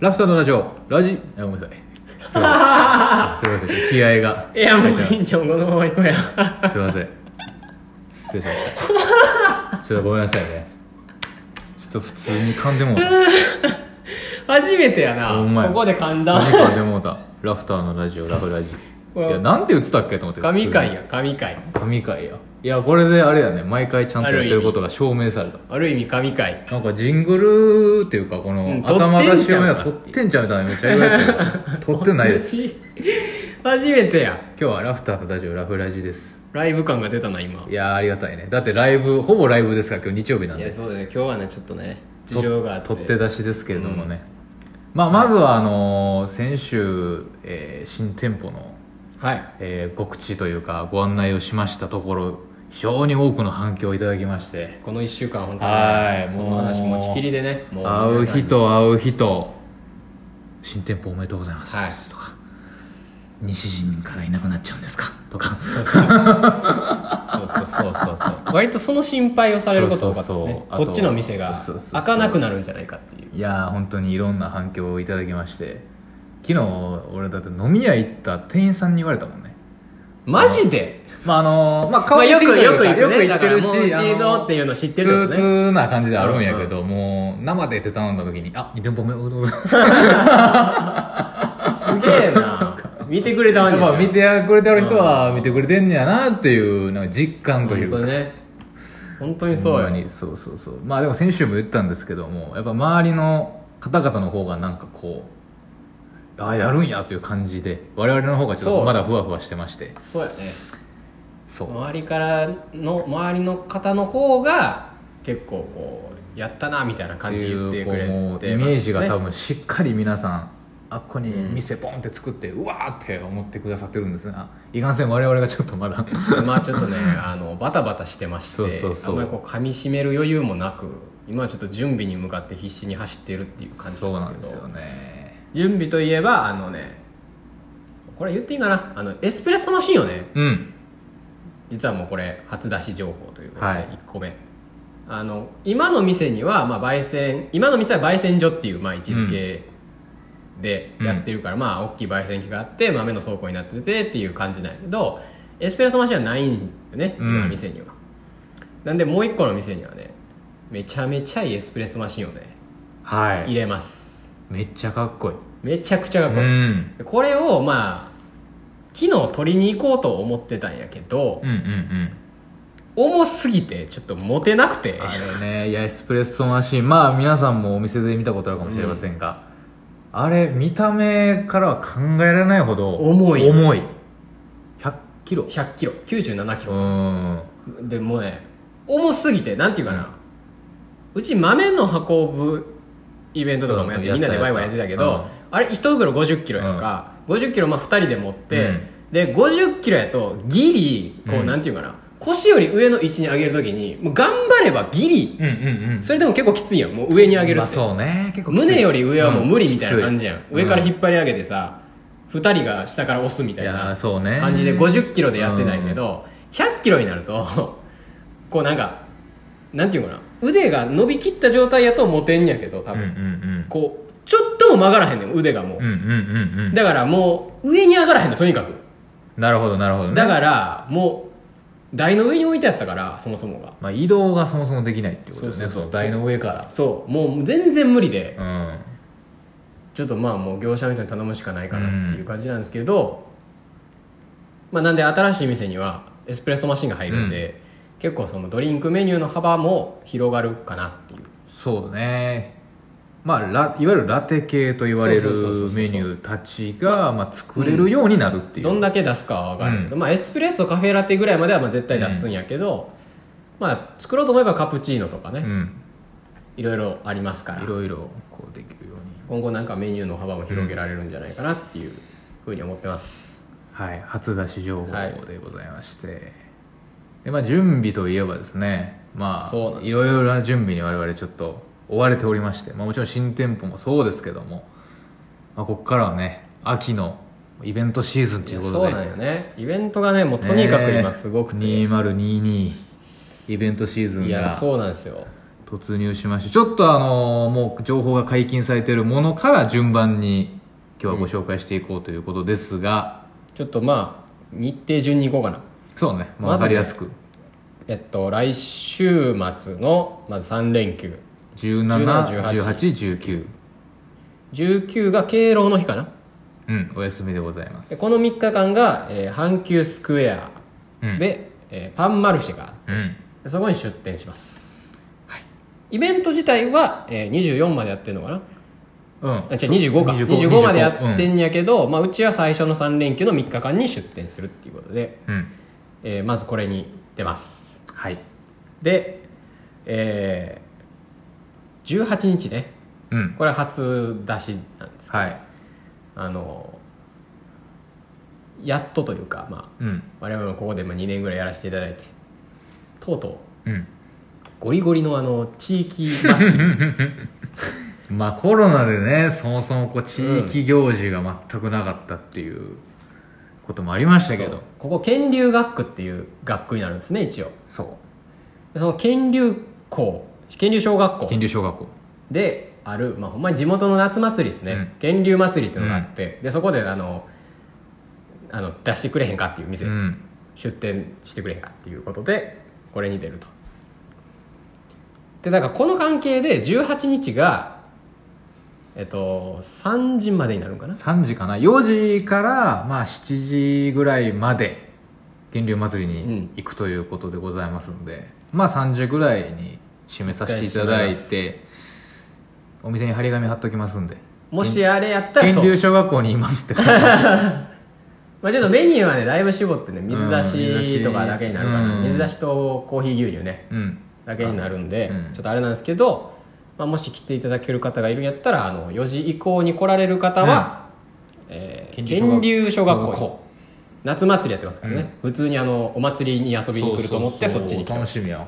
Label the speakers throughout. Speaker 1: ラフさんのラジオラジあごめんなさいすいません すいません気合が
Speaker 2: いやもういいんじゃんこのまま行こうや
Speaker 1: すいません失礼しましたちょっとごめんなさいねちょっと普通に噛んでもうた
Speaker 2: 初めてやな
Speaker 1: ほんまや
Speaker 2: ここで噛んだ
Speaker 1: 何噛んでもうたラフターのラジオラフラジい
Speaker 2: これ
Speaker 1: やなんて映ったっけと思って
Speaker 2: 神回や神回
Speaker 1: 神回やいやこれであれやね毎回ちゃんとやってることが証明された
Speaker 2: ある意味神回
Speaker 1: なんかジングルっていうかこの、
Speaker 2: うん
Speaker 1: 頭出しをね
Speaker 2: 撮
Speaker 1: 撮
Speaker 2: っ
Speaker 1: ってんちゃうみたいなめっちゃ言われてる撮ってないです
Speaker 2: 同じ 初めてや
Speaker 1: 今日はラフターとラジオラフラジです
Speaker 2: ライブ感が出たな今
Speaker 1: いやーありがたいねだってライブほぼライブですから今日日曜日なん
Speaker 2: い
Speaker 1: で
Speaker 2: やそうだね今日はねちょっとね
Speaker 1: と
Speaker 2: 事情があって
Speaker 1: 取って出しですけれどもね、まあ、まずはあのー先週、えー新店舗の、
Speaker 2: はい
Speaker 1: えー告知というかご案内をしましたところ非常に多くの反響をいただきまして
Speaker 2: この1週間本当に
Speaker 1: はい
Speaker 2: その話
Speaker 1: もう
Speaker 2: 持ちきりでねも
Speaker 1: 会う
Speaker 2: 皆さんに
Speaker 1: 日と会う日と新店舗おめでとうございます、
Speaker 2: はい
Speaker 1: とか西陣からいなくなっちゃうんですかと か
Speaker 2: そうそうそうそうそう そう割とその心配をされること多かったです
Speaker 1: そう
Speaker 2: ね
Speaker 1: そうそう
Speaker 2: こっちの店が
Speaker 1: あとそうそうそう
Speaker 2: 開かなくなるんじゃないかっていう
Speaker 1: いやー本当にいろんな反響をいただきまして昨日俺だって飲み屋行った店員さんに言われたもんね
Speaker 2: マジで
Speaker 1: まああのーまあ
Speaker 2: まあ
Speaker 1: 顔
Speaker 2: よ
Speaker 1: 見
Speaker 2: く
Speaker 1: 知りとい
Speaker 2: よ
Speaker 1: う
Speaker 2: く
Speaker 1: か
Speaker 2: 行くね
Speaker 1: よ
Speaker 2: だ
Speaker 1: く
Speaker 2: か
Speaker 1: 行
Speaker 2: ら
Speaker 1: って
Speaker 2: もうう
Speaker 1: るしあ
Speaker 2: ちの
Speaker 1: の
Speaker 2: っていうの知ってる
Speaker 1: 通
Speaker 2: よね
Speaker 1: 通な感じであるんやけど、もう生でって頼んだ時に「あ二店舗おめでと うございます」
Speaker 2: すげえな見てくれたわ
Speaker 1: や
Speaker 2: け
Speaker 1: っ
Speaker 2: じゃ
Speaker 1: ぱ
Speaker 2: ん
Speaker 1: 見てくれてる人は見てくれてんねやなっていうなんか実感という
Speaker 2: 本当
Speaker 1: か
Speaker 2: にね本当にそう
Speaker 1: ほん
Speaker 2: よ
Speaker 1: まにそうそうそうまあでも先週も言ったんですけどもやっぱ周りの方々の方がなんかこうああやるんやという感じで我々の方がちょっ
Speaker 2: そう
Speaker 1: とまだふわふわしてまして
Speaker 2: そうやね
Speaker 1: そう
Speaker 2: 周りからの周りの方の方が結構こうやったなみたいな感じで言ってくれて
Speaker 1: こうも
Speaker 2: ま
Speaker 1: う
Speaker 2: す
Speaker 1: イ
Speaker 2: ね
Speaker 1: メージが多分しっかり皆さんあっこに店ポンって作って、うわーって思ってくださってるんですがいかんせん我々がちょっとまだ
Speaker 2: まあちょっとねあのバタバタしてまして
Speaker 1: そうそうそう
Speaker 2: あんまりこう噛み締める余裕もなく今はちょっと準備に向かって必死に走っているっていう感じ
Speaker 1: そうな
Speaker 2: な
Speaker 1: ん
Speaker 2: んで
Speaker 1: ですす
Speaker 2: けど
Speaker 1: よね
Speaker 2: 準備といえばあのねこれ言っていいかなあのエスプレッソマシンよね
Speaker 1: うん
Speaker 2: 実はもうこれ初出し情報ということで、
Speaker 1: はい
Speaker 2: 1個目あの今の店には、まあ、焙煎今の店は焙煎所っていう、まあ、位置づけでやってるから、まあ大きい焙煎機があって豆の倉庫になっててっていう感じなんやけどエスプレッソマシンはないんよね
Speaker 1: うん
Speaker 2: 今の店には、なんでもう1個の店にはねめちゃめちゃいいエスプレッソマシンをね
Speaker 1: は
Speaker 2: 入れます
Speaker 1: いめっちゃかっこいい
Speaker 2: めちゃくちゃかっこいい、
Speaker 1: うん
Speaker 2: これをまあ昨日取りに行こうと思ってたんやけど、
Speaker 1: うんうんうん
Speaker 2: 重すぎてちょっとモテなくて
Speaker 1: あれねいやエスプレッソマシンまあ皆さんもお店で見たことあるかもしれませんが、あれ見た目からは考えられないほど
Speaker 2: 重い
Speaker 1: 重い100キロ
Speaker 2: 100キロ97キ
Speaker 1: う
Speaker 2: ロ、
Speaker 1: ん
Speaker 2: でもうね重すぎてなんていうかな、うち豆の運ぶイベントとかもやって
Speaker 1: うん
Speaker 2: みんなで
Speaker 1: やった
Speaker 2: ワイ
Speaker 1: やった
Speaker 2: ワイやってたけど、あれ1袋50キロやんか、50キロまあ2人で持って、
Speaker 1: うん
Speaker 2: で50キロやとギリこう、
Speaker 1: うん
Speaker 2: なんていうかな腰より上の位置に上げるときにもう頑張ればギリ
Speaker 1: うんうんうん
Speaker 2: それでも結構きついやんもう上に上げる
Speaker 1: まあ
Speaker 2: って、
Speaker 1: そうね結構きつい
Speaker 2: 胸より上はもう無理みたいな感じやん、
Speaker 1: うきつ
Speaker 2: 上から引っ張り上げてさ2人が下から押すみたい
Speaker 1: いや
Speaker 2: な
Speaker 1: ーそうね
Speaker 2: 感じで5 0キロでやってたんやけど、100キロになると こうなんかなんていうのかな腕が伸びきった状態やとモテんやけど多
Speaker 1: うんう
Speaker 2: 分、
Speaker 1: んうん
Speaker 2: こうちょっとも曲がらへんねん腕がもう、
Speaker 1: うんうんうんうん
Speaker 2: だからもう上に上がらへんのとにかく
Speaker 1: なるほどなるほどね
Speaker 2: だからもう台の上に置いてあったからそもそもが
Speaker 1: まあ移動がそもそもできないっていうことね
Speaker 2: そうそうそう
Speaker 1: の台の上か
Speaker 2: そうもう全然無理で、
Speaker 1: らうん
Speaker 2: ちょっとまあもう業者みたいに頼むしかないかなっていう感じなんですけど、まあなんで新しい店にはエスプレッソマシンが入るんで、結構そのドリンクメニューの幅も広がるかなっていう
Speaker 1: そうねまあラいわゆるラテ系と言われ
Speaker 2: そうそうそうそう
Speaker 1: る
Speaker 2: そう
Speaker 1: メニューたちが、まあ、作れるようになるっていう、
Speaker 2: どんだけ出すかは分からないけど、
Speaker 1: う
Speaker 2: まあエスプレッソカフェラテぐらいまではまあ絶対出すんやけど、まあ作ろうと思えばカプチーノとかね、
Speaker 1: うん
Speaker 2: いろいろありますから
Speaker 1: いろいろこうできるように
Speaker 2: 今後なんかメニューの幅も広げられるんじゃないかなっていうふうに思ってます、
Speaker 1: はい初出し情報
Speaker 2: はい
Speaker 1: でございまして、でまあ準備といえばですねまあ
Speaker 2: そうなんです
Speaker 1: いろいろな準備に我々ちょっと追われておりまして、まあ、もちろん新店舗もそうですけども、まあ、ここからはね秋のイベントシーズンと
Speaker 2: い
Speaker 1: い
Speaker 2: や
Speaker 1: うこ
Speaker 2: そ
Speaker 1: と
Speaker 2: う
Speaker 1: で
Speaker 2: なんよねイベントがねもうとにかく今すごくて、
Speaker 1: ね2022イベントシーズンが
Speaker 2: いやそうなんですよ
Speaker 1: 突入しましてちょっとあのもう情報が解禁されているものから順番に今日はご紹介していこうということですが、
Speaker 2: ちょっとまあ日程順にいこうかな
Speaker 1: そうね、まあ、分
Speaker 2: まずね
Speaker 1: かりやすく
Speaker 2: えっと来週末のまず3連休17
Speaker 1: 171819
Speaker 2: 19が敬老の日かな
Speaker 1: うんお休みでございま
Speaker 2: ですこの3日間が、えー阪急スクエア
Speaker 1: うん
Speaker 2: で、えーパンマルシェが
Speaker 1: うん
Speaker 2: そこに出店します、イベント自体は、えー24までやってるのかな
Speaker 1: うん
Speaker 2: あ違う25か 25, までやってんやけど、まあ、うちは最初の3連休の3日間に出店するっていうことで、
Speaker 1: うん、うん
Speaker 2: えーまずこれに出ます
Speaker 1: はい
Speaker 2: で、えー18日ね
Speaker 1: うん
Speaker 2: これは初出しなんです
Speaker 1: はい
Speaker 2: あのやっとというか、まあ、
Speaker 1: うん
Speaker 2: 我々もここでまあ2年ぐらいやらせていただいてとうとう
Speaker 1: うん
Speaker 2: ゴリゴリのあの地域祭り
Speaker 1: まあコロナでねそもそもこう地域行事が全くなかったっていうこともありましたけ
Speaker 2: そ
Speaker 1: ど
Speaker 2: うここ県立学区っていう学区になるんですね一応
Speaker 1: そう
Speaker 2: でその県立校県立小学校
Speaker 1: 金龍小学校
Speaker 2: である、まあ、ほんまに地元の夏祭りですね、
Speaker 1: うん
Speaker 2: 源流祭りっていうのがあって、でそこであのあの出してくれへんかっていう店、
Speaker 1: うん
Speaker 2: 出店してくれへんかっていうことでこれに出るとでだからこの関係で18日がえっと3時までになるんかな
Speaker 1: 3時かな4時からまあ7時ぐらいまで源流祭りに行くということでございますので、まあ3時ぐらいに締めさせていただい
Speaker 2: 一回
Speaker 1: てお店に張り紙貼っときますんで
Speaker 2: もしあれやったらそ
Speaker 1: 源
Speaker 2: う
Speaker 1: 流、小学校にいますって
Speaker 2: まあ、ちょっとメニューはねだいぶ絞ってね水出
Speaker 1: うん水出
Speaker 2: し
Speaker 1: し
Speaker 2: とかだけになるから、
Speaker 1: うん
Speaker 2: 水出しとコーヒー牛乳ね
Speaker 1: うん
Speaker 2: だけになるんで、
Speaker 1: うん
Speaker 2: ちょっとあれなんですけど、まあ、もし来ていただける方がいるんやったらあの4時以降に来られる方は、えー
Speaker 1: 県立
Speaker 2: 県立
Speaker 1: 小
Speaker 2: 小
Speaker 1: 学校
Speaker 2: 学校夏祭りやってますからね、普通にあのお祭りに遊びに来ると思ってそっちに来て
Speaker 1: 楽しみよ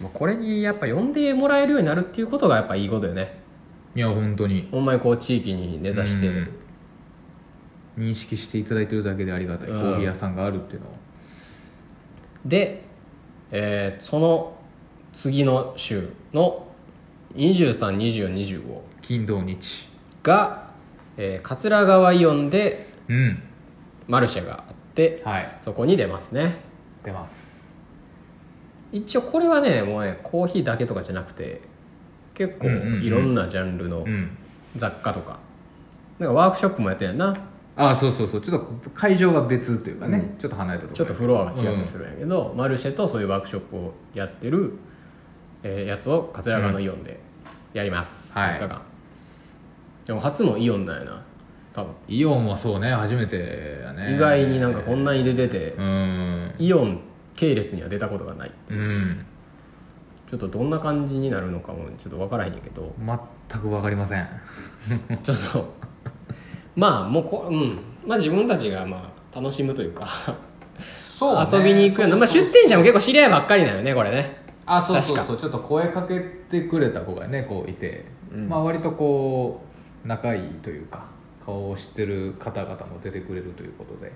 Speaker 2: まあこれにやっぱ呼んでもらえるようになるっていうことがやっぱいいことよね
Speaker 1: いや本当に
Speaker 2: ほんまにこう地域に根ざして、
Speaker 1: うん認識していただいてるだけでありがたい、
Speaker 2: うん
Speaker 1: コーヒー屋さんがあるっていうのは
Speaker 2: で、えーその次の週の232425
Speaker 1: 金土日
Speaker 2: が、えー桂川イオンで
Speaker 1: うん
Speaker 2: マルシェがあって
Speaker 1: はい
Speaker 2: そこに出ますね
Speaker 1: 出ます
Speaker 2: 一応これはねもうねコーヒーだけとかじゃなくて結構
Speaker 1: うんうんうん
Speaker 2: いろんなジャンル
Speaker 1: う
Speaker 2: の
Speaker 1: ん
Speaker 2: 雑貨とか,、なんかワークショップもやってんやんな
Speaker 1: あそうそうそうちょっと会場が別っていうかね、ちょっと離れたとこ
Speaker 2: ちょっとフロアが違うとするんやけど、マルシェとそういうワークショップをやってる、えーやつを桂川のイオンでやります、
Speaker 1: はい
Speaker 2: 3日間でも初のイオンだよな多分、
Speaker 1: イオンはそうね初めてやね
Speaker 2: 意外になんかこんなに出てて、
Speaker 1: うん
Speaker 2: イオン系列には出たことがない
Speaker 1: うん
Speaker 2: ちょっとどんな感じになるのかもちょっと分からへんねんけど
Speaker 1: 全く分かりません
Speaker 2: ちょっとまあもうこうんまあ自分たちがまあ楽しむというか
Speaker 1: そ
Speaker 2: 遊びに行くような、まあ、出店者も結構知り合いばっかりだよねこれね
Speaker 1: あそうそうそうちょっと声かけてくれた子がねこういて、
Speaker 2: うん
Speaker 1: まあ割とこう仲いいというか顔を知ってる方々も出てくれるということで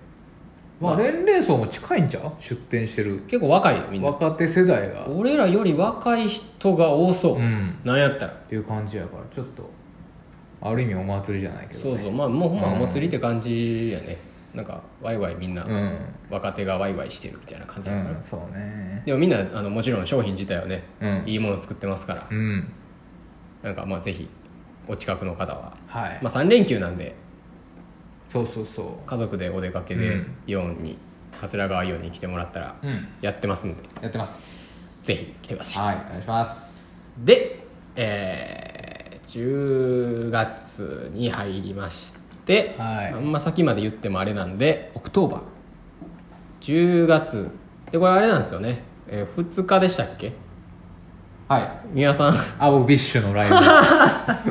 Speaker 1: まあ
Speaker 2: まあ
Speaker 1: 年齢層も近いんじゃう出店してる
Speaker 2: 結構若いよみんな
Speaker 1: 若手世代が
Speaker 2: 俺らより若い人が多そう、
Speaker 1: うん
Speaker 2: なんやったら
Speaker 1: っていう感じやからちょっとある意味お祭りじゃないけど、
Speaker 2: そ
Speaker 1: ね、
Speaker 2: うそうまあもうほんま
Speaker 1: うん
Speaker 2: お祭りって感じやねなんかワイワイみんな、
Speaker 1: うん
Speaker 2: 若手がワイワイしてるみたいな感じ
Speaker 1: う
Speaker 2: やから、
Speaker 1: んそうね
Speaker 2: でもみんなあのもちろん商品自体はね、
Speaker 1: うん
Speaker 2: いいもの作ってますから、
Speaker 1: うん
Speaker 2: なんかまあぜひお近くの方は、
Speaker 1: はい、
Speaker 2: まあ、3連休なんで
Speaker 1: そうそうそ
Speaker 2: 家族でお出かけ
Speaker 1: う
Speaker 2: で
Speaker 1: ん
Speaker 2: イオンに、桂川イオンに来てもらったら
Speaker 1: ううん
Speaker 2: やってますんで
Speaker 1: やってます
Speaker 2: ぜひ来てください
Speaker 1: はいお願いします
Speaker 2: で、えー10月に入りまして、
Speaker 1: はい
Speaker 2: あんま先まで言ってもあれなんで
Speaker 1: オクトーバー
Speaker 2: 10月でこれあれなんですよね、えー2日でしたっけ
Speaker 1: はい
Speaker 2: 三輪さん
Speaker 1: あ僕ビッシュのライ ブ4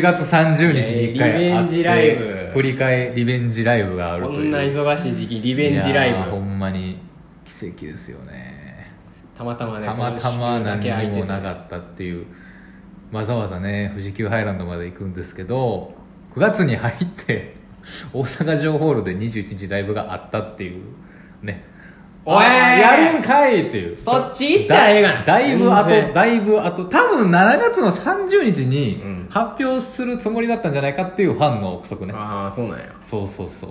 Speaker 1: 月30日に1回あって、
Speaker 2: えーリベンジライブ
Speaker 1: 振り返りリベンジライブがある
Speaker 2: こと
Speaker 1: いうん
Speaker 2: な忙しい時期リベンジライ
Speaker 1: いやーほ
Speaker 2: ブ
Speaker 1: んまに奇跡ですよね
Speaker 2: たまたまね
Speaker 1: たまた
Speaker 2: こ
Speaker 1: ま何
Speaker 2: の週だけ空い
Speaker 1: に
Speaker 2: て
Speaker 1: も
Speaker 2: て
Speaker 1: なかったっていうわざわざね富士急ハイランドまで行くんですけど9月に入って大阪城ホールで21日ライブがあったっていうね
Speaker 2: おい
Speaker 1: あやるんかいっていう
Speaker 2: そっち行ったらええがな
Speaker 1: だいぶ後
Speaker 2: 全然
Speaker 1: だいぶ後多分7月の30日
Speaker 2: う
Speaker 1: に
Speaker 2: ん
Speaker 1: 発表するつもりだったんじゃないかっていうファンの憶測ね
Speaker 2: ああそうなんや
Speaker 1: そうそうそう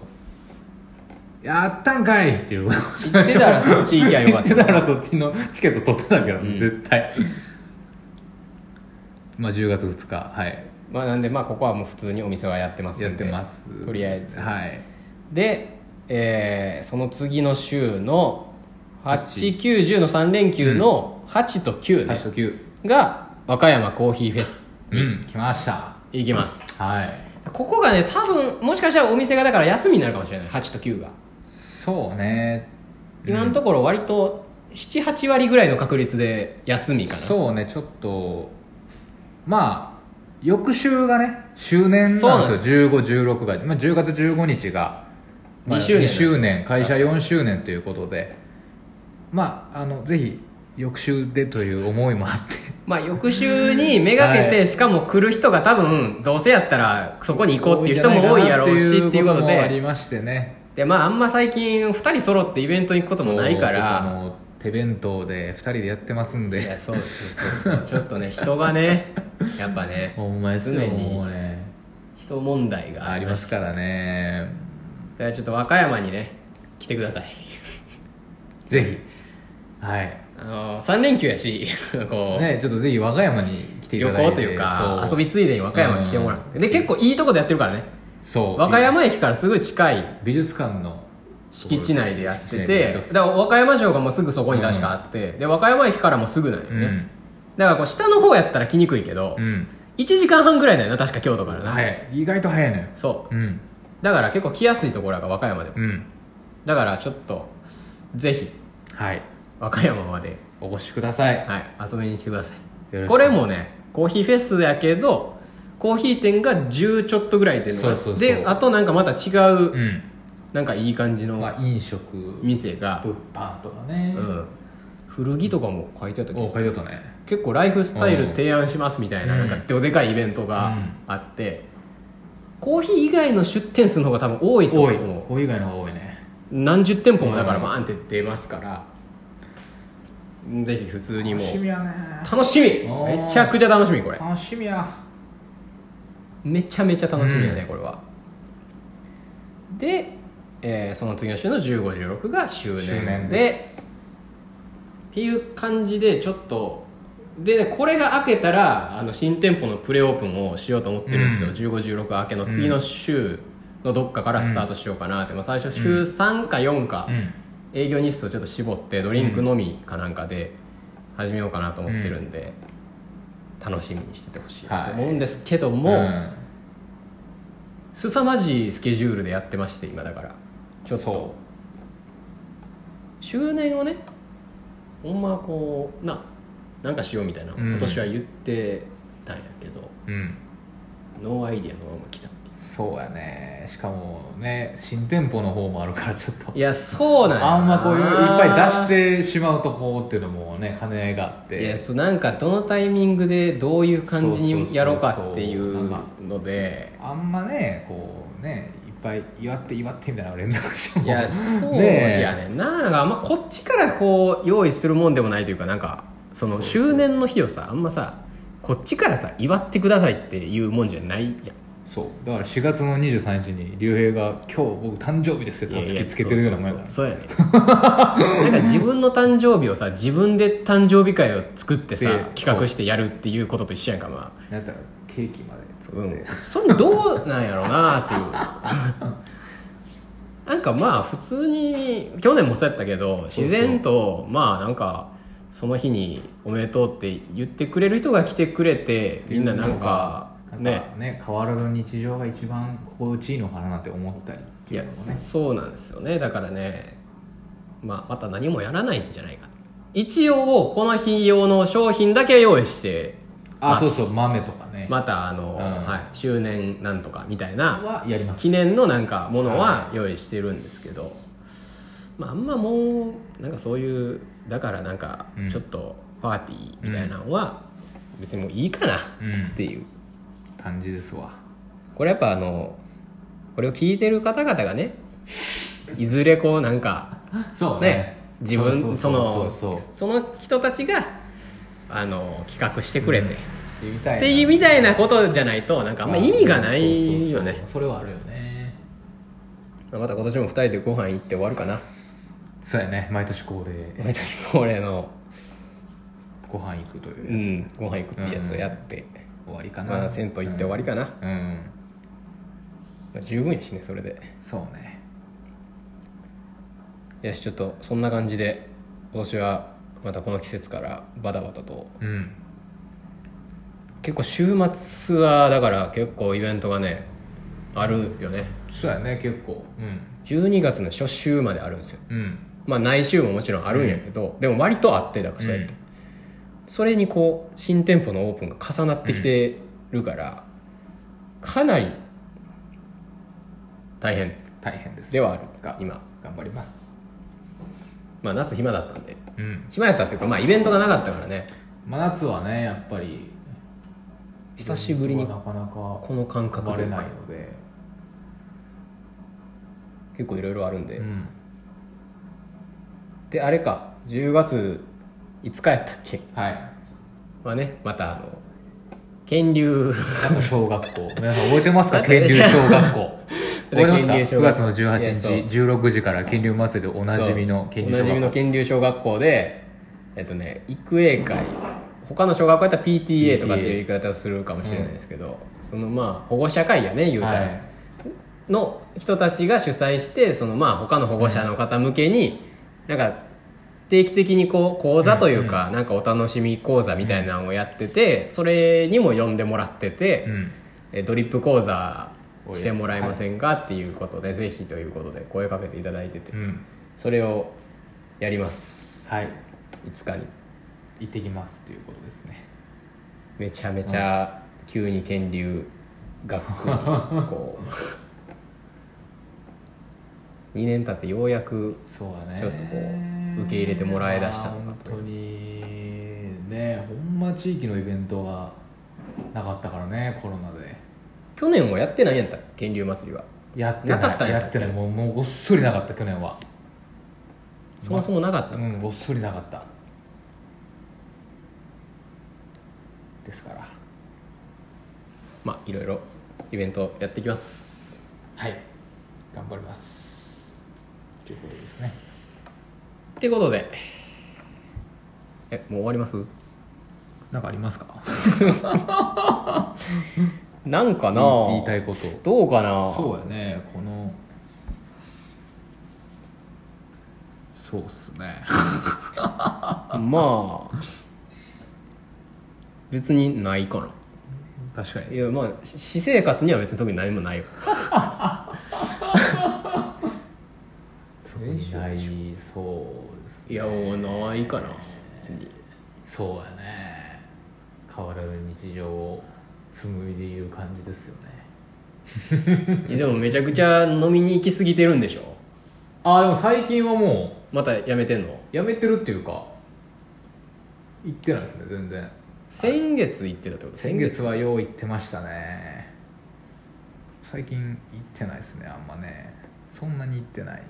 Speaker 1: やったんかいっていう
Speaker 2: 行ってたらそっち行きゃよ かった
Speaker 1: 言ってたらそっちのチケット取ってたけど、
Speaker 2: うん
Speaker 1: 絶対まあ10月2日はい
Speaker 2: まあなんでまあここはもう普通にお店はやってますんで
Speaker 1: やってます
Speaker 2: とりあえず
Speaker 1: はい
Speaker 2: で、えーその次の週の890の3連休の8と9、ね
Speaker 1: 8と9
Speaker 2: が和歌山コーヒーフェス
Speaker 1: うん来ました
Speaker 2: 行きます
Speaker 1: はい
Speaker 2: ここがね多分もしかしたらお店がだから休みになるかもしれない8と9が
Speaker 1: そうね
Speaker 2: 今のところ割と78割ぐらいの確率で休みかな
Speaker 1: そうねちょっとまあ翌週がね周年なんですよ1516が、まあ、10月15日が、まあ、
Speaker 2: 2周年
Speaker 1: 2
Speaker 2: です
Speaker 1: 周年会社4周年ということでまああのぜひ翌週でという思いもあって
Speaker 2: まあ翌週にめがけて、
Speaker 1: はい
Speaker 2: しかも来る人が多分どうせやったらそこに行こうっていう人も多いやろうしっていうこと
Speaker 1: もあり
Speaker 2: で
Speaker 1: ましてね
Speaker 2: でまああんま最近2人揃ってイベントに行くこともない
Speaker 1: そ
Speaker 2: か
Speaker 1: うちょ
Speaker 2: ら
Speaker 1: っとあの手弁当で2人でやってますん
Speaker 2: い
Speaker 1: で
Speaker 2: やそうそうそうちょっとね人がねやっぱね
Speaker 1: ほんまですよ
Speaker 2: 常に
Speaker 1: もうね
Speaker 2: 人問題が
Speaker 1: あります
Speaker 2: か
Speaker 1: からね
Speaker 2: らちょっと和歌山にね来てください
Speaker 1: ぜひはい
Speaker 2: あの3連休やし こう、
Speaker 1: ね、ちょっとぜひ和歌山に来てい
Speaker 2: 旅
Speaker 1: ただい
Speaker 2: 行
Speaker 1: て
Speaker 2: というか
Speaker 1: そ
Speaker 2: 遊びついでに和歌山に来てもらってで結構いいとこでやってるからね
Speaker 1: そう
Speaker 2: 和歌山駅からすぐ近い
Speaker 1: 美術館の
Speaker 2: 敷地内でやっ
Speaker 1: 敷地
Speaker 2: て
Speaker 1: 内でやって
Speaker 2: て
Speaker 1: ま
Speaker 2: だ
Speaker 1: す
Speaker 2: から和歌山城がもうすぐそこに確かあって、で和歌山駅からもすぐなんよ
Speaker 1: う
Speaker 2: ね、
Speaker 1: ん、
Speaker 2: だからこう下の方やったら来にくいけど、
Speaker 1: うん、
Speaker 2: 1時間半ぐらいだよな確か京都からな、
Speaker 1: 早い意外と早いのよ
Speaker 2: そ
Speaker 1: うん
Speaker 2: うだから結構来やすいところが和歌山でも
Speaker 1: うん
Speaker 2: だからちょっとぜひ
Speaker 1: はい
Speaker 2: 和歌山まで、
Speaker 1: お越しください
Speaker 2: はい、遊びに来てください
Speaker 1: よろしく
Speaker 2: これもねコーヒーフェスやけどコーヒー店が10ちょっとぐらいで
Speaker 1: そうそうそう
Speaker 2: であとなんかまた違う、
Speaker 1: うん
Speaker 2: なんかいい感じの
Speaker 1: まあ飲食物
Speaker 2: 店が、
Speaker 1: 販とかね
Speaker 2: うん、古着とかも書いてあった気
Speaker 1: お
Speaker 2: がす
Speaker 1: 書
Speaker 2: る
Speaker 1: いてあったね
Speaker 2: 結構ライフスタイル提案しますみたいな,、
Speaker 1: うん
Speaker 2: なんかどでかいイベントがあって、コーヒー以外の出店数の方が多分多いと
Speaker 1: 多い
Speaker 2: 思う
Speaker 1: これ以外の方が多いね
Speaker 2: 何十店舗もだから
Speaker 1: うん
Speaker 2: バーンって出ますから、ぜひ普通にもう
Speaker 1: 楽しみやね
Speaker 2: 楽しみ
Speaker 1: おー
Speaker 2: めちゃくちゃ楽しみこれ
Speaker 1: 楽しみや
Speaker 2: めちゃめちゃ楽しみやね、
Speaker 1: うん
Speaker 2: これはで、えーその次の週の1516が周年で
Speaker 1: 周年
Speaker 2: っていう感じでちょっとでねこれが開けたらあの新店舗のプレオープンをしようと思ってるんですよ、
Speaker 1: うん
Speaker 2: 1516明けの次の週のどっかからスタートしようかなって、まあ、最初週3か4か
Speaker 1: うん
Speaker 2: 営業日数をちょっと絞ってドリンクのみかなんかで始めようかなと思ってるんで、楽しみにしててほしいと思うんですけども、
Speaker 1: ん
Speaker 2: 凄まじいスケジュールでやってまして今だからちょっ
Speaker 1: そ
Speaker 2: と周年をねほんまこうななんかしようみたいな
Speaker 1: うん
Speaker 2: 今年は言ってたんやけど、
Speaker 1: うん
Speaker 2: ノーアイディアのまま来た
Speaker 1: そうやねしかもね新店舗の方もあるからちょっと
Speaker 2: いやそうなんやな
Speaker 1: あんまこういういっぱい出してしまうとこうっていうのもね兼ね合いがあって
Speaker 2: いやそうなんかどのタイミングでどういう感
Speaker 1: そ
Speaker 2: じ
Speaker 1: うそうそうそ
Speaker 2: に
Speaker 1: う
Speaker 2: やろうかっていう
Speaker 1: なんか
Speaker 2: ので
Speaker 1: あんまねこうねいっぱい祝って祝ってみたいなのを連続しても
Speaker 2: いやそう
Speaker 1: ねえ
Speaker 2: やねんななんかあんまこっちからこう用意するもんでもないというかなんかその周年の日をさあんまさこっちからさ祝ってくださいっていうもんじゃないやん
Speaker 1: そうだから4月の23日に竜兵が「今日僕誕生日です」ってたすきつけてるようなもんや
Speaker 2: い
Speaker 1: か
Speaker 2: や
Speaker 1: ら
Speaker 2: そうそうそうそうやねなんか自分の誕生日をさ自分で誕生日会を作って さ
Speaker 1: で
Speaker 2: 企画してやるっていうことと一緒やんかまあ
Speaker 1: だったらケーキまで作
Speaker 2: う
Speaker 1: って、
Speaker 2: んそれどうなんやろうなっていう なんかまあ普通に去年もそうやったけど
Speaker 1: そう
Speaker 2: 自然とまあなんかその日に「おめでとう」って言ってくれる人が来てくれてみんななんか
Speaker 1: なん
Speaker 2: ね
Speaker 1: かね変わらぬ日常が一番心地いいのかななんて思ったりって
Speaker 2: い
Speaker 1: い
Speaker 2: や
Speaker 1: うのもね
Speaker 2: そうなんですよねだからねまあまた何もやらないんじゃないかと一応この日用の商品だけ用意して
Speaker 1: あ
Speaker 2: ま
Speaker 1: そうそう豆とかね、
Speaker 2: またあの、
Speaker 1: うん
Speaker 2: はい、周年なんとかみたいな
Speaker 1: はやります
Speaker 2: 記念のなんかものは用意してるんですけど、まあ、あんまもうなんかそういうだからなんか
Speaker 1: うん
Speaker 2: ちょっとパーティーみたいなのは別にもういいかな
Speaker 1: う
Speaker 2: っ
Speaker 1: ん
Speaker 2: ていう
Speaker 1: 感じですわ
Speaker 2: これやっぱあのこれを聞いてる方々がねいずれこうなんか
Speaker 1: そう
Speaker 2: ね自
Speaker 1: そうそ
Speaker 2: 分そうの
Speaker 1: そうそう
Speaker 2: その人たちがあの企画してくれて、
Speaker 1: うん言いたいな
Speaker 2: っていうみたいなことじゃないとなんかあんま意味がないよ
Speaker 1: そうそうそ
Speaker 2: ね
Speaker 1: うそれはあるよね
Speaker 2: また今年も2人でご飯行って終わるかな
Speaker 1: そうやね毎年恒例
Speaker 2: 毎年恒例の、
Speaker 1: ご飯行くというう、
Speaker 2: ん、ご飯行くってやつをやって、
Speaker 1: 終わりかな、
Speaker 2: まあ、銭湯行って終わりかな、
Speaker 1: うん、うん
Speaker 2: まあ十分やしねそれで
Speaker 1: そうね
Speaker 2: よしちょっとそんな感じで今年はまたこの季節からバタバタと
Speaker 1: うん
Speaker 2: 結構週末はだから結構イベントがねあるよね
Speaker 1: そうやね結構うん
Speaker 2: 12月の初週まであるんですよ
Speaker 1: うん
Speaker 2: まあ内週ももちろんあるんやけど、でも割とあってだからそうやって、それにこう新店舗のオープンが重なってきてるから、かなり大変
Speaker 1: 大変です
Speaker 2: ではあるか
Speaker 1: が
Speaker 2: 今、
Speaker 1: 頑張ります
Speaker 2: まあ、夏暇だったんで
Speaker 1: うん
Speaker 2: 暇やったっていうかまあイベントがなかったからね
Speaker 1: 真夏はねやっぱり
Speaker 2: 久しぶりに
Speaker 1: なかなか
Speaker 2: この感覚
Speaker 1: 生ま
Speaker 2: とい
Speaker 1: れ
Speaker 2: う
Speaker 1: な
Speaker 2: か
Speaker 1: いので、
Speaker 2: 結構いろいろあるんで、
Speaker 1: うん、
Speaker 2: であれか10月5日やったっけ
Speaker 1: はい
Speaker 2: はねまたあの県流
Speaker 1: なんか小学校 皆さん覚えてますか
Speaker 2: なんで
Speaker 1: 県立小 学校覚えてますか
Speaker 2: 県立小
Speaker 1: 9
Speaker 2: 学
Speaker 1: 月
Speaker 2: 校
Speaker 1: の
Speaker 2: い
Speaker 1: 18
Speaker 2: や
Speaker 1: 日16時から県立祭りでおなじみの
Speaker 2: そう
Speaker 1: 県
Speaker 2: お
Speaker 1: 立
Speaker 2: なじみ
Speaker 1: 小
Speaker 2: の
Speaker 1: 学校
Speaker 2: 県流小学校でえっとね育英会他の小学校やったら PTA とかっていう言い方をするかもしれないですけど、そのまあ保護者会やね言うたら、
Speaker 1: はい
Speaker 2: の人たちが主催してそのまあ他の保護者の方向けに、なんか定期的にこう講座というか、なんかお楽しみ講座みたいなのをやってて、それにも呼んでもらってて、
Speaker 1: うん
Speaker 2: えドリップ講座してもらえませんかっていうことで、ぜひということで声かけていただいてて、
Speaker 1: うん
Speaker 2: それをやります
Speaker 1: はい
Speaker 2: 5日に
Speaker 1: 行ってきますっていうことですね
Speaker 2: めちゃめちゃ急に天竜学区に こう2年経ってようやく
Speaker 1: そうだね
Speaker 2: ちょっとこう受け入れてもらいだしたの
Speaker 1: まあ
Speaker 2: か
Speaker 1: 本
Speaker 2: と
Speaker 1: 当にねほんま地域のイベントがなかったからねコロナで
Speaker 2: 去年はやってないんやった源流祭りは
Speaker 1: やってない
Speaker 2: なかったんや
Speaker 1: やってないもうもうごっそりなかった去年は
Speaker 2: そもそもなかった、
Speaker 1: うんごっそりなかったですから
Speaker 2: まあいろいろイベントやっていきます
Speaker 1: はい頑張りますということですね
Speaker 2: ってことでえもう終わります
Speaker 1: なんかありますか
Speaker 2: なんかな
Speaker 1: 言いたいこと
Speaker 2: どうかな
Speaker 1: そうやねこのそうっすね
Speaker 2: まあ別にないかな
Speaker 1: 確かに
Speaker 2: いやまあし私生活には別に特に何もないよ
Speaker 1: ないそうです
Speaker 2: いやもうないかな別に
Speaker 1: そうやね変わらぬ日常を紡いでいる感じですよね
Speaker 2: いやでもめちゃくちゃ飲みに行き過ぎてるんでしょ
Speaker 1: ああでも最近はも
Speaker 2: またやめてんの
Speaker 1: うやめてるっていうか行ってないですね全然
Speaker 2: 先月行ってたってこと
Speaker 1: 先月はよう行ってましたね最近行ってないですねあんまねそんなに行ってない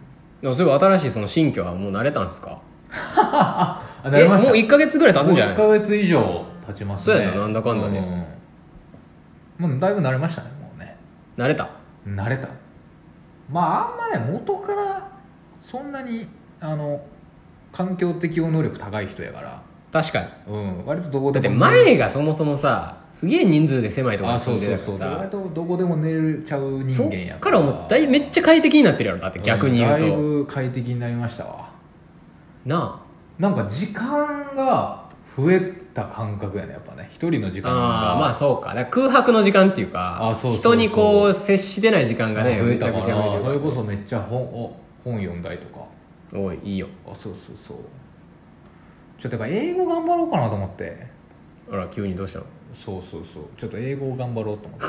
Speaker 2: あそういえば新しいその新居はもう慣れたんですか
Speaker 1: ああ
Speaker 2: えもう1か月ぐらい経つんじゃない
Speaker 1: もう1ヶ月以上経ちますね
Speaker 2: そうやななんだかんだね
Speaker 1: うんもうだいぶ慣れましたねもうね
Speaker 2: 慣れた
Speaker 1: 慣れたまああんまね元からそんなにあの環境適応能力高い人やから
Speaker 2: 確かに
Speaker 1: うん割とどこ
Speaker 2: だ
Speaker 1: で
Speaker 2: って
Speaker 1: も
Speaker 2: 前がそもそもさすげえ人数で狭いところ
Speaker 1: あ
Speaker 2: に
Speaker 1: そう
Speaker 2: 住
Speaker 1: ん
Speaker 2: で
Speaker 1: そうそ
Speaker 2: たから
Speaker 1: う割
Speaker 2: さ
Speaker 1: とどこでも寝れちゃう人
Speaker 2: そ
Speaker 1: 間や
Speaker 2: っからもうだいめっち
Speaker 1: ゃ
Speaker 2: ゃ快適になってるやろだって逆に言う
Speaker 1: だい
Speaker 2: と、
Speaker 1: ぶ快適になりましたわ
Speaker 2: な
Speaker 1: なんか時間が増えた感覚やねやっぱね一人の時
Speaker 2: あ
Speaker 1: 間が
Speaker 2: あーまあそうかだから空白の時間っていう
Speaker 1: あ
Speaker 2: か
Speaker 1: そうそうそう
Speaker 2: 人にこう接してない時間がね
Speaker 1: 増え
Speaker 2: めち
Speaker 1: た
Speaker 2: ゃ
Speaker 1: か
Speaker 2: く
Speaker 1: ら
Speaker 2: ちゃ増えてる
Speaker 1: それこそめっちゃ本を本読んだりとか
Speaker 2: おいいいよ
Speaker 1: あそうそうそうちょっとやっぱ英語頑張ろうかなと思って
Speaker 2: あら急にどうしたの
Speaker 1: そうそうそうちょっと英語を頑張ろうと思 っ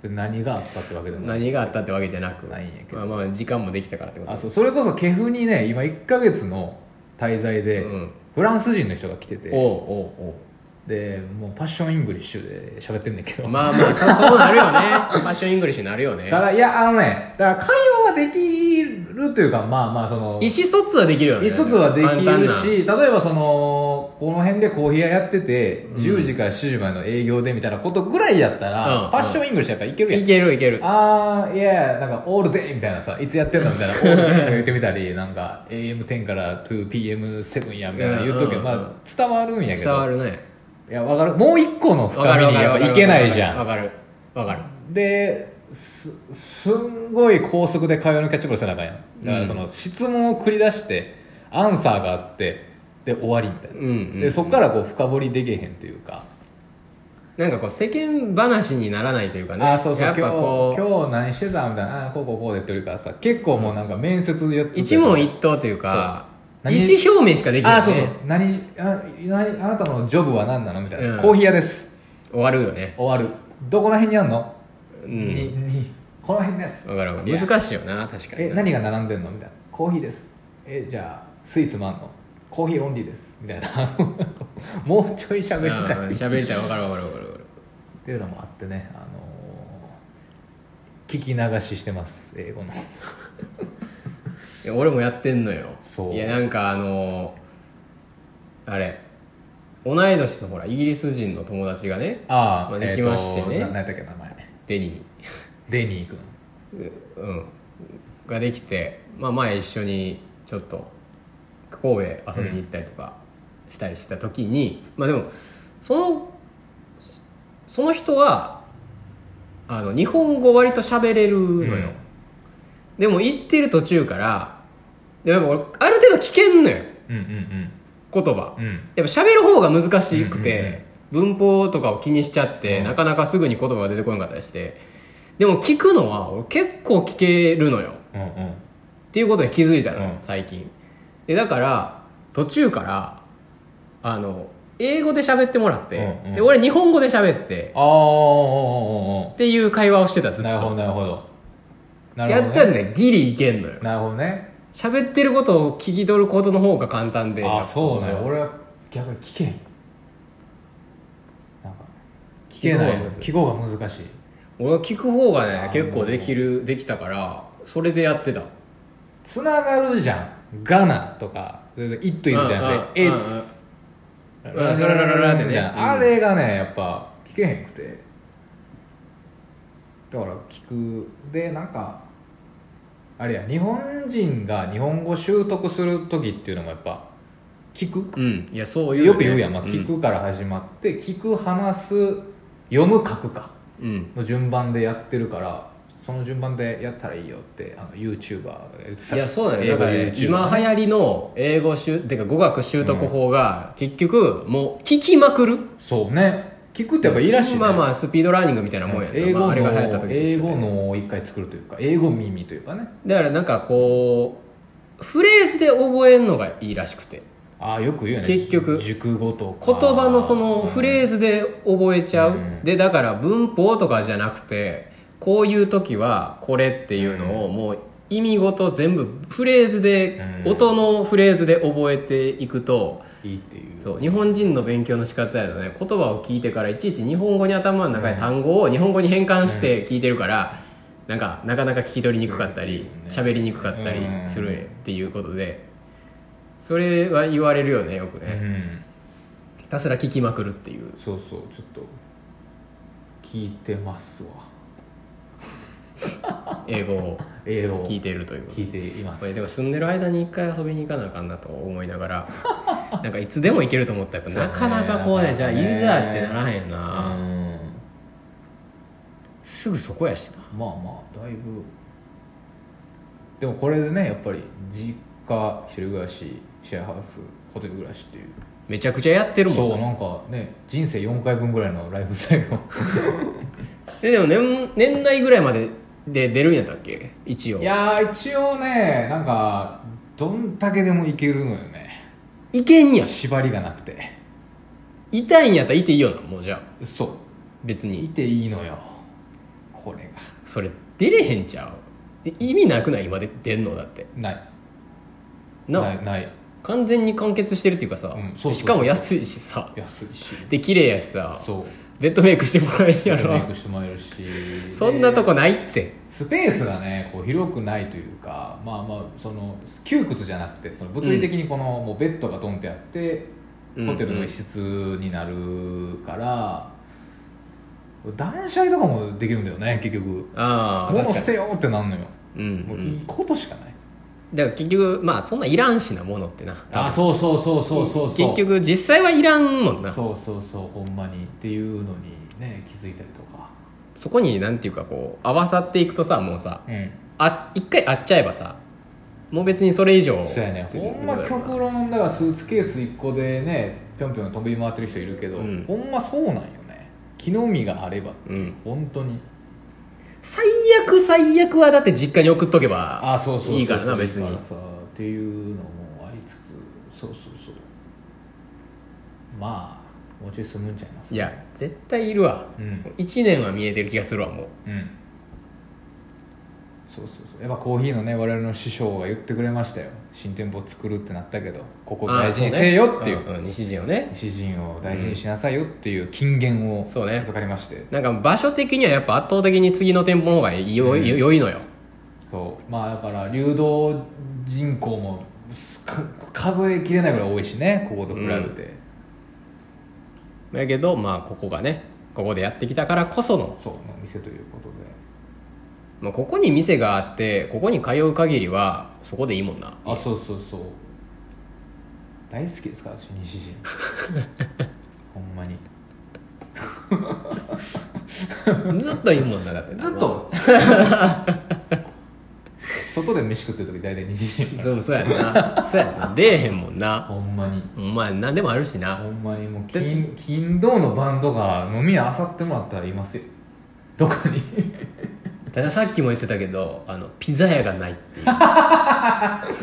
Speaker 1: てで何があったってわけでもない
Speaker 2: 何があったってわけじゃなく
Speaker 1: ないんやけど
Speaker 2: まあまあ時間もできたからってこと
Speaker 1: あそうそれこそケフにね今1ヶ月の滞在で、
Speaker 2: うん
Speaker 1: フランス人の人が来て
Speaker 2: おう
Speaker 1: て
Speaker 2: おう
Speaker 1: でもうパッションイングリッシュで喋ってんだけ
Speaker 2: お
Speaker 1: ど
Speaker 2: うまあまあそそうなるよねファッションイングリッシュになるよね
Speaker 1: ただいやあのねだから会話ははできるというかまあまあその
Speaker 2: 意思疎通はできるよね
Speaker 1: 一卒はでき
Speaker 2: 簡単
Speaker 1: る
Speaker 2: な
Speaker 1: し例えばそのこの辺でコーヒー屋やってて
Speaker 2: うん
Speaker 1: 10時から7時までの営業でみたいなことぐらいやったら、
Speaker 2: うん
Speaker 1: パッションイングリッシュやっぱいけるやん、
Speaker 2: いけるいける
Speaker 1: あーいやなんかオールデイみたいなさいつやってんのみ たいなオールデイとか言ってみたりなんか AM10 から 2PM7 やみたいな言うとけ
Speaker 2: うんうんうん
Speaker 1: まあ伝わるんやけ
Speaker 2: 伝
Speaker 1: ど
Speaker 2: わるね
Speaker 1: いやわかるもう一個の
Speaker 2: わか
Speaker 1: 深み
Speaker 2: るわ
Speaker 1: に
Speaker 2: か
Speaker 1: やっ
Speaker 2: る
Speaker 1: ぱいけないじゃん
Speaker 2: わかるわかる
Speaker 1: ですすんごい高速で会話のキャッチボールせなあかんやんだから
Speaker 2: うん
Speaker 1: その質問を繰り出してアンサーがあってで終わりみたいな、
Speaker 2: うんうん
Speaker 1: でそっからこう深掘りできへんというか、
Speaker 2: なんかこう世間話にならないというかね
Speaker 1: ああそうそう
Speaker 2: や
Speaker 1: 今
Speaker 2: っ
Speaker 1: 日
Speaker 2: ぱこう
Speaker 1: 今日何してたみたいなあーこうこうこうでってるからさ結構もうなんか面接やってて
Speaker 2: 一問一答というか
Speaker 1: そう
Speaker 2: 意思表明しかできない、
Speaker 1: あ
Speaker 2: ね、
Speaker 1: ーそうそう何あ何あなたのジョブは何なのみたいな、
Speaker 2: うん
Speaker 1: コーヒー屋です
Speaker 2: 終わるよね
Speaker 1: 終わるどこら辺にあんの、
Speaker 2: う
Speaker 1: に
Speaker 2: ん
Speaker 1: にこの辺です
Speaker 2: わかるわか
Speaker 1: いや
Speaker 2: る難しいよな確かに
Speaker 1: え
Speaker 2: な
Speaker 1: 何が並んでんのみたいなコーヒーですえじゃあスイーツもあんのコーヒーオンリーですみたいな もうちょい喋りた
Speaker 2: うん
Speaker 1: いっ
Speaker 2: 喋りたいわかるわかるわかるわかる
Speaker 1: ていうのもあってね、あのー聞き流ししてます英語の
Speaker 2: いや俺もやってんのよ
Speaker 1: そう
Speaker 2: いやなんかあのあれ同い年のほらイギリス人の友達がね
Speaker 1: あ
Speaker 2: まあ
Speaker 1: あ
Speaker 2: できましてね
Speaker 1: えーとな何やったっけ名前
Speaker 2: デニ
Speaker 1: デニー君
Speaker 2: ーううんができて、まあ、前一緒にちょっと神戸遊びに行ったりとかしたりしてた時に、まあでもそのその人はあの日本語割と喋れるのよ、でも行ってる途中からでも俺ある程度聞けんのよ
Speaker 1: うんうん
Speaker 2: 言葉
Speaker 1: うんうん
Speaker 2: やっぱ喋る方が難しくて、
Speaker 1: うんうん
Speaker 2: 文法とかを気にしちゃって、
Speaker 1: うん
Speaker 2: なかなかすぐに言葉が出てこなかったりしてでも聞くのは俺結構聞けるのよ
Speaker 1: うんうん
Speaker 2: っていうことに気づいたの、
Speaker 1: うん
Speaker 2: 最近でだから途中からあの英語で喋ってもらって、
Speaker 1: うんうん
Speaker 2: で俺日本語で喋って
Speaker 1: ああおーおーおーおー
Speaker 2: っていう会話をしてたずっと
Speaker 1: なるほどなるほどなるほど、ね、
Speaker 2: やったらねギリいけんのよ
Speaker 1: なるほどね
Speaker 2: 喋ってることを聞き取ることの方が簡単で
Speaker 1: あそうね俺は逆に聞けへんなんか聞けない記
Speaker 2: 聞
Speaker 1: 号が難しい
Speaker 2: 俺は聞く方がね
Speaker 1: あー
Speaker 2: 結構できるできたからそれでやってた
Speaker 1: つながるじゃん「ガナ」とか「それで It is」じゃ
Speaker 2: うんうん
Speaker 1: なくて「
Speaker 2: うんうん
Speaker 1: It's」
Speaker 2: うんそれらららってね
Speaker 1: みたいなあれがねやっぱ聞けへんくてだから聞くでなんかあれや日本人が日本語習得する時っていうのもやっぱ聞く
Speaker 2: うんいやそういう
Speaker 1: よく言うやん、まあ、
Speaker 2: う
Speaker 1: 聞くから始まって、聞く話す読む書くか
Speaker 2: うん
Speaker 1: の順番でやってるからその順番でやったらいいよってあの YouTuber が言って
Speaker 2: い
Speaker 1: た
Speaker 2: やそうだよ
Speaker 1: 英
Speaker 2: だ
Speaker 1: 語
Speaker 2: からね
Speaker 1: YouTuber
Speaker 2: 今流行りの英語習てか語学習得法が結局もう聞きまくる
Speaker 1: そうね聞くってやっぱいいらしい、ね、
Speaker 2: まあまあスピードラーニングみたいなもんやんな
Speaker 1: 英語
Speaker 2: ま
Speaker 1: の、
Speaker 2: ああれが流行った時と一
Speaker 1: 英
Speaker 2: 緒で
Speaker 1: 語のを一回作るというか英語耳というかね
Speaker 2: だからなんかこうフレーズで覚えるのがいいらしくて
Speaker 1: ああよく言うよね
Speaker 2: 結局
Speaker 1: 熟語と
Speaker 2: 言
Speaker 1: か
Speaker 2: 葉のそのフレー
Speaker 1: ズ
Speaker 2: ズで覚えちゃう、
Speaker 1: うん
Speaker 2: でだから文法とかじゃなくてこういう時はこれっていうのをもう意味ごと全部フレーズで、
Speaker 1: うん
Speaker 2: 音のフレーズで覚えていくと
Speaker 1: いいっていう
Speaker 2: そう日本人の勉強の仕方やとね言葉を聞いてからいちいち日本語に頭の中で単語を日本語に変換して聞いてるから、なんかなかなか聞き取りにくかったり
Speaker 1: うん
Speaker 2: 喋、りにくかったり
Speaker 1: うん
Speaker 2: するっていうことでそれは言われるよねよくね。
Speaker 1: うん
Speaker 2: ひたすら聞きまくるっていう
Speaker 1: そうそうちょっと聞いてますわ
Speaker 2: 英語を
Speaker 1: 英語を
Speaker 2: 聞いているという
Speaker 1: 聞いています
Speaker 2: これでも住んでる間に一回遊びに行かなあかんなと思いな がらなんかいつでも行けると思ったら
Speaker 1: そうね
Speaker 2: なかなかこうねじゃあいいざってならへんよ
Speaker 1: う
Speaker 2: なんすぐそこやしな
Speaker 1: まあまあだいぶでもこれでねやっぱり実家一人暮らしシェアハウスホテル暮らしっていう
Speaker 2: めちゃくちゃやってる
Speaker 1: そ
Speaker 2: も
Speaker 1: うんなんかね人生4回分ぐらいのライフスタイルを
Speaker 2: ででも年年内ぐらいまでで出るんやったっけ一応
Speaker 1: いやー一応ねなんかどんだけでもいけるのよね
Speaker 2: いけんやん
Speaker 1: 縛りがなくて
Speaker 2: 痛いんやったらいていいよなもうじゃあ
Speaker 1: そ
Speaker 2: 別
Speaker 1: うい
Speaker 2: に
Speaker 1: ていいのよこれが
Speaker 2: それ出れへんちゃうで意味なくない今で出んのだって
Speaker 1: ない
Speaker 2: な
Speaker 1: ないない
Speaker 2: 完全に完結してるっていうかさ、
Speaker 1: うんそうそうそう
Speaker 2: しかも安いしさ
Speaker 1: 安いし
Speaker 2: で綺麗やしさ
Speaker 1: そう
Speaker 2: ベッドメイクしてもらえるや
Speaker 1: メイ
Speaker 2: ろ
Speaker 1: クしてもらえるし
Speaker 2: そんなとこないって
Speaker 1: スペースがねこう広くないというかまあまあその窮屈じゃなくてその物理的にこの、もうベッドがドンってあって
Speaker 2: うん
Speaker 1: ホテルの一室になるから、断捨離とかもできるんだよね結局
Speaker 2: ああ
Speaker 1: 物
Speaker 2: 確か
Speaker 1: 捨てようってなんのよ
Speaker 2: にうん
Speaker 1: も
Speaker 2: う
Speaker 1: うい
Speaker 2: ん
Speaker 1: いことしかない、
Speaker 2: だから結局まあそんないらんしなものってな
Speaker 1: あそうそうそうそうそうそう
Speaker 2: 結局実際はいらんもんなそ
Speaker 1: そうそうそうほんまにっていうのにね気づいたりとか
Speaker 2: こになんていうかこう合わさっていくとさもうさ
Speaker 1: うん
Speaker 2: あ一回会っちゃえばさもう別にそれ以上
Speaker 1: そうやね
Speaker 2: ってい
Speaker 1: ほ
Speaker 2: うん
Speaker 1: ま極論だからスーツケース1個でねぴょんぴょん飛び回ってる人いるけど、
Speaker 2: うん
Speaker 1: ほんまそうなんよね木の実があれば
Speaker 2: うん
Speaker 1: 本当に
Speaker 2: 最悪最悪はだって実家に送っとけば
Speaker 1: あそうそうそう
Speaker 2: いいから
Speaker 1: そ
Speaker 2: な
Speaker 1: う
Speaker 2: 別に
Speaker 1: いいからさっていうのもありつつそうそうそうまあもうちょい済むんちゃいます
Speaker 2: いや絶対いるわ
Speaker 1: うん
Speaker 2: 1年は見えてる気がするわもう
Speaker 1: うんそうそうそうやっぱコーヒーのね我々の師匠が言ってくれましたよ新店舗作るってなったけどここ大事にせえよっていう
Speaker 2: ああそねんん西陣をね
Speaker 1: 詩人を大事にしなさいよっていう金言を
Speaker 2: そうね
Speaker 1: 授かりまして、
Speaker 2: なんか場所的にはやっぱ圧倒的に次の店舗の方がよ
Speaker 1: うん
Speaker 2: い良いのよ
Speaker 1: そうまあだから流動人口もか数えきれないぐらい多いしねここと比べて、
Speaker 2: やけどまあここがねここでやってきたからこその、
Speaker 1: そうの店ということで
Speaker 2: まあ、ここに店があってここに通う限りはそこでいいもんな
Speaker 1: あそうそうそう大好きですから私西 陣ほんまに
Speaker 2: ずっといいもんなだって
Speaker 1: ずっと外で飯食ってる時大体西陣
Speaker 2: そうそうやんなそうやんな出えへんもんな
Speaker 1: ほんまに
Speaker 2: お前何でもあるしな
Speaker 1: ほんまにもう金金銅のバンドが飲みあさってもらったらいますよどこに
Speaker 2: たださっきも言ってたけどあのピザ屋がないっていう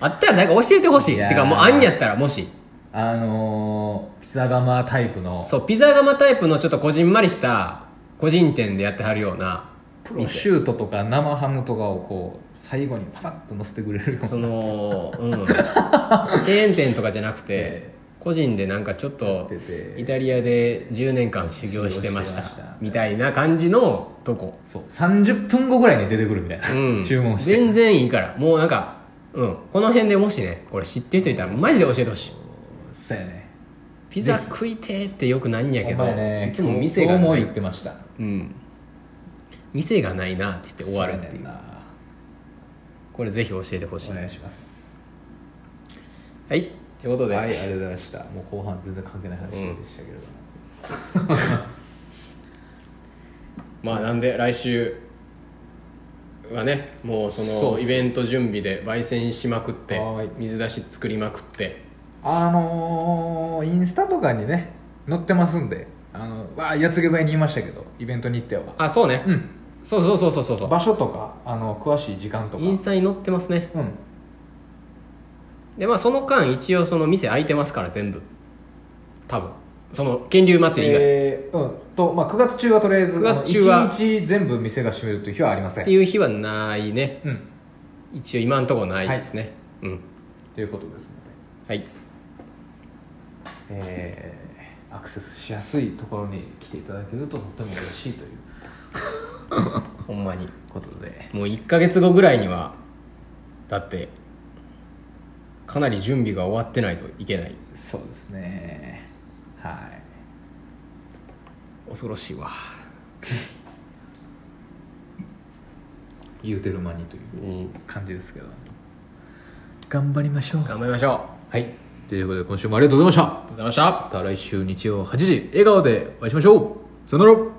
Speaker 2: あったらなんか教えてほしい
Speaker 1: いやー
Speaker 2: てかもうあんやったらもし
Speaker 1: あのー、ピザ窯タイプの
Speaker 2: そうピザ窯タイプのちょっとこじんまりした個人店でやってはるような
Speaker 1: プロシュートとか生ハムとかをこう最後にパパッと乗せてくれるような
Speaker 2: その うんチェーン店とかじゃなくて個人でなんかちょっと
Speaker 1: 出て
Speaker 2: イタリアで10年間修行してました
Speaker 1: 修行してました
Speaker 2: みたいな感じのとこ、
Speaker 1: そう30分後ぐらいに出てくるみたいな、
Speaker 2: うん、
Speaker 1: 注文して
Speaker 2: 全然いいからもうなんか、うん、この辺でもしねこれ知ってる人いたらマジで教えてほしい
Speaker 1: そうやね
Speaker 2: ピザ食いてーってよくないんやけど、
Speaker 1: ほんまやね
Speaker 2: いつも店が
Speaker 1: 今日も
Speaker 2: ない
Speaker 1: 言ってました
Speaker 2: うん、店がないなって言って終わるって
Speaker 1: そうやね
Speaker 2: いうん
Speaker 1: な
Speaker 2: これぜひ教えてほしい
Speaker 1: お
Speaker 2: は
Speaker 1: 願い
Speaker 2: い
Speaker 1: します
Speaker 2: ってことで、
Speaker 1: はいありがとうございましたもう後半全然関係ない話でしたけれども、
Speaker 2: まあなんで来週はねもう
Speaker 1: そ
Speaker 2: そ
Speaker 1: う
Speaker 2: の
Speaker 1: そう
Speaker 2: イベント準備で焙煎しまくって
Speaker 1: はい
Speaker 2: 水出し作りまくって
Speaker 1: あのーインスタとかにね載ってますんであのわあやつげばいに言いましたけどイベント日程は
Speaker 2: あそうね、
Speaker 1: うん
Speaker 2: そうそうそうそうそうそう
Speaker 1: 場所とかあの詳しい時間とか
Speaker 2: インスタに載ってますね
Speaker 1: うん
Speaker 2: でまあその間一応その店開いてますから全部多分その源流祭り以外、
Speaker 1: えーうんとまあ、9月中はとりあえず
Speaker 2: 9月中
Speaker 1: 1
Speaker 2: は
Speaker 1: 日全部店が閉めるという日はありませ
Speaker 2: って
Speaker 1: ん
Speaker 2: いう日はないね
Speaker 1: うん
Speaker 2: 一応今んとこないですね、うん
Speaker 1: ということですので、
Speaker 2: はい
Speaker 1: えーアクセスしやすいところに来ていただけるととても嬉しいという
Speaker 2: ほんまに
Speaker 1: ことで
Speaker 2: もう1ヶ月後ぐらいにはだってかなり準備が終わってないといけない
Speaker 1: そうですねはい
Speaker 2: 恐ろしいわ
Speaker 1: 言うてる間にという
Speaker 2: うん
Speaker 1: 感じですけど頑張りましょう
Speaker 2: 頑張りましょうあ
Speaker 1: はいということで今週もありがとうございました
Speaker 2: りがとうございました
Speaker 1: また来週日曜8時笑顔でお会いしましょうさよなら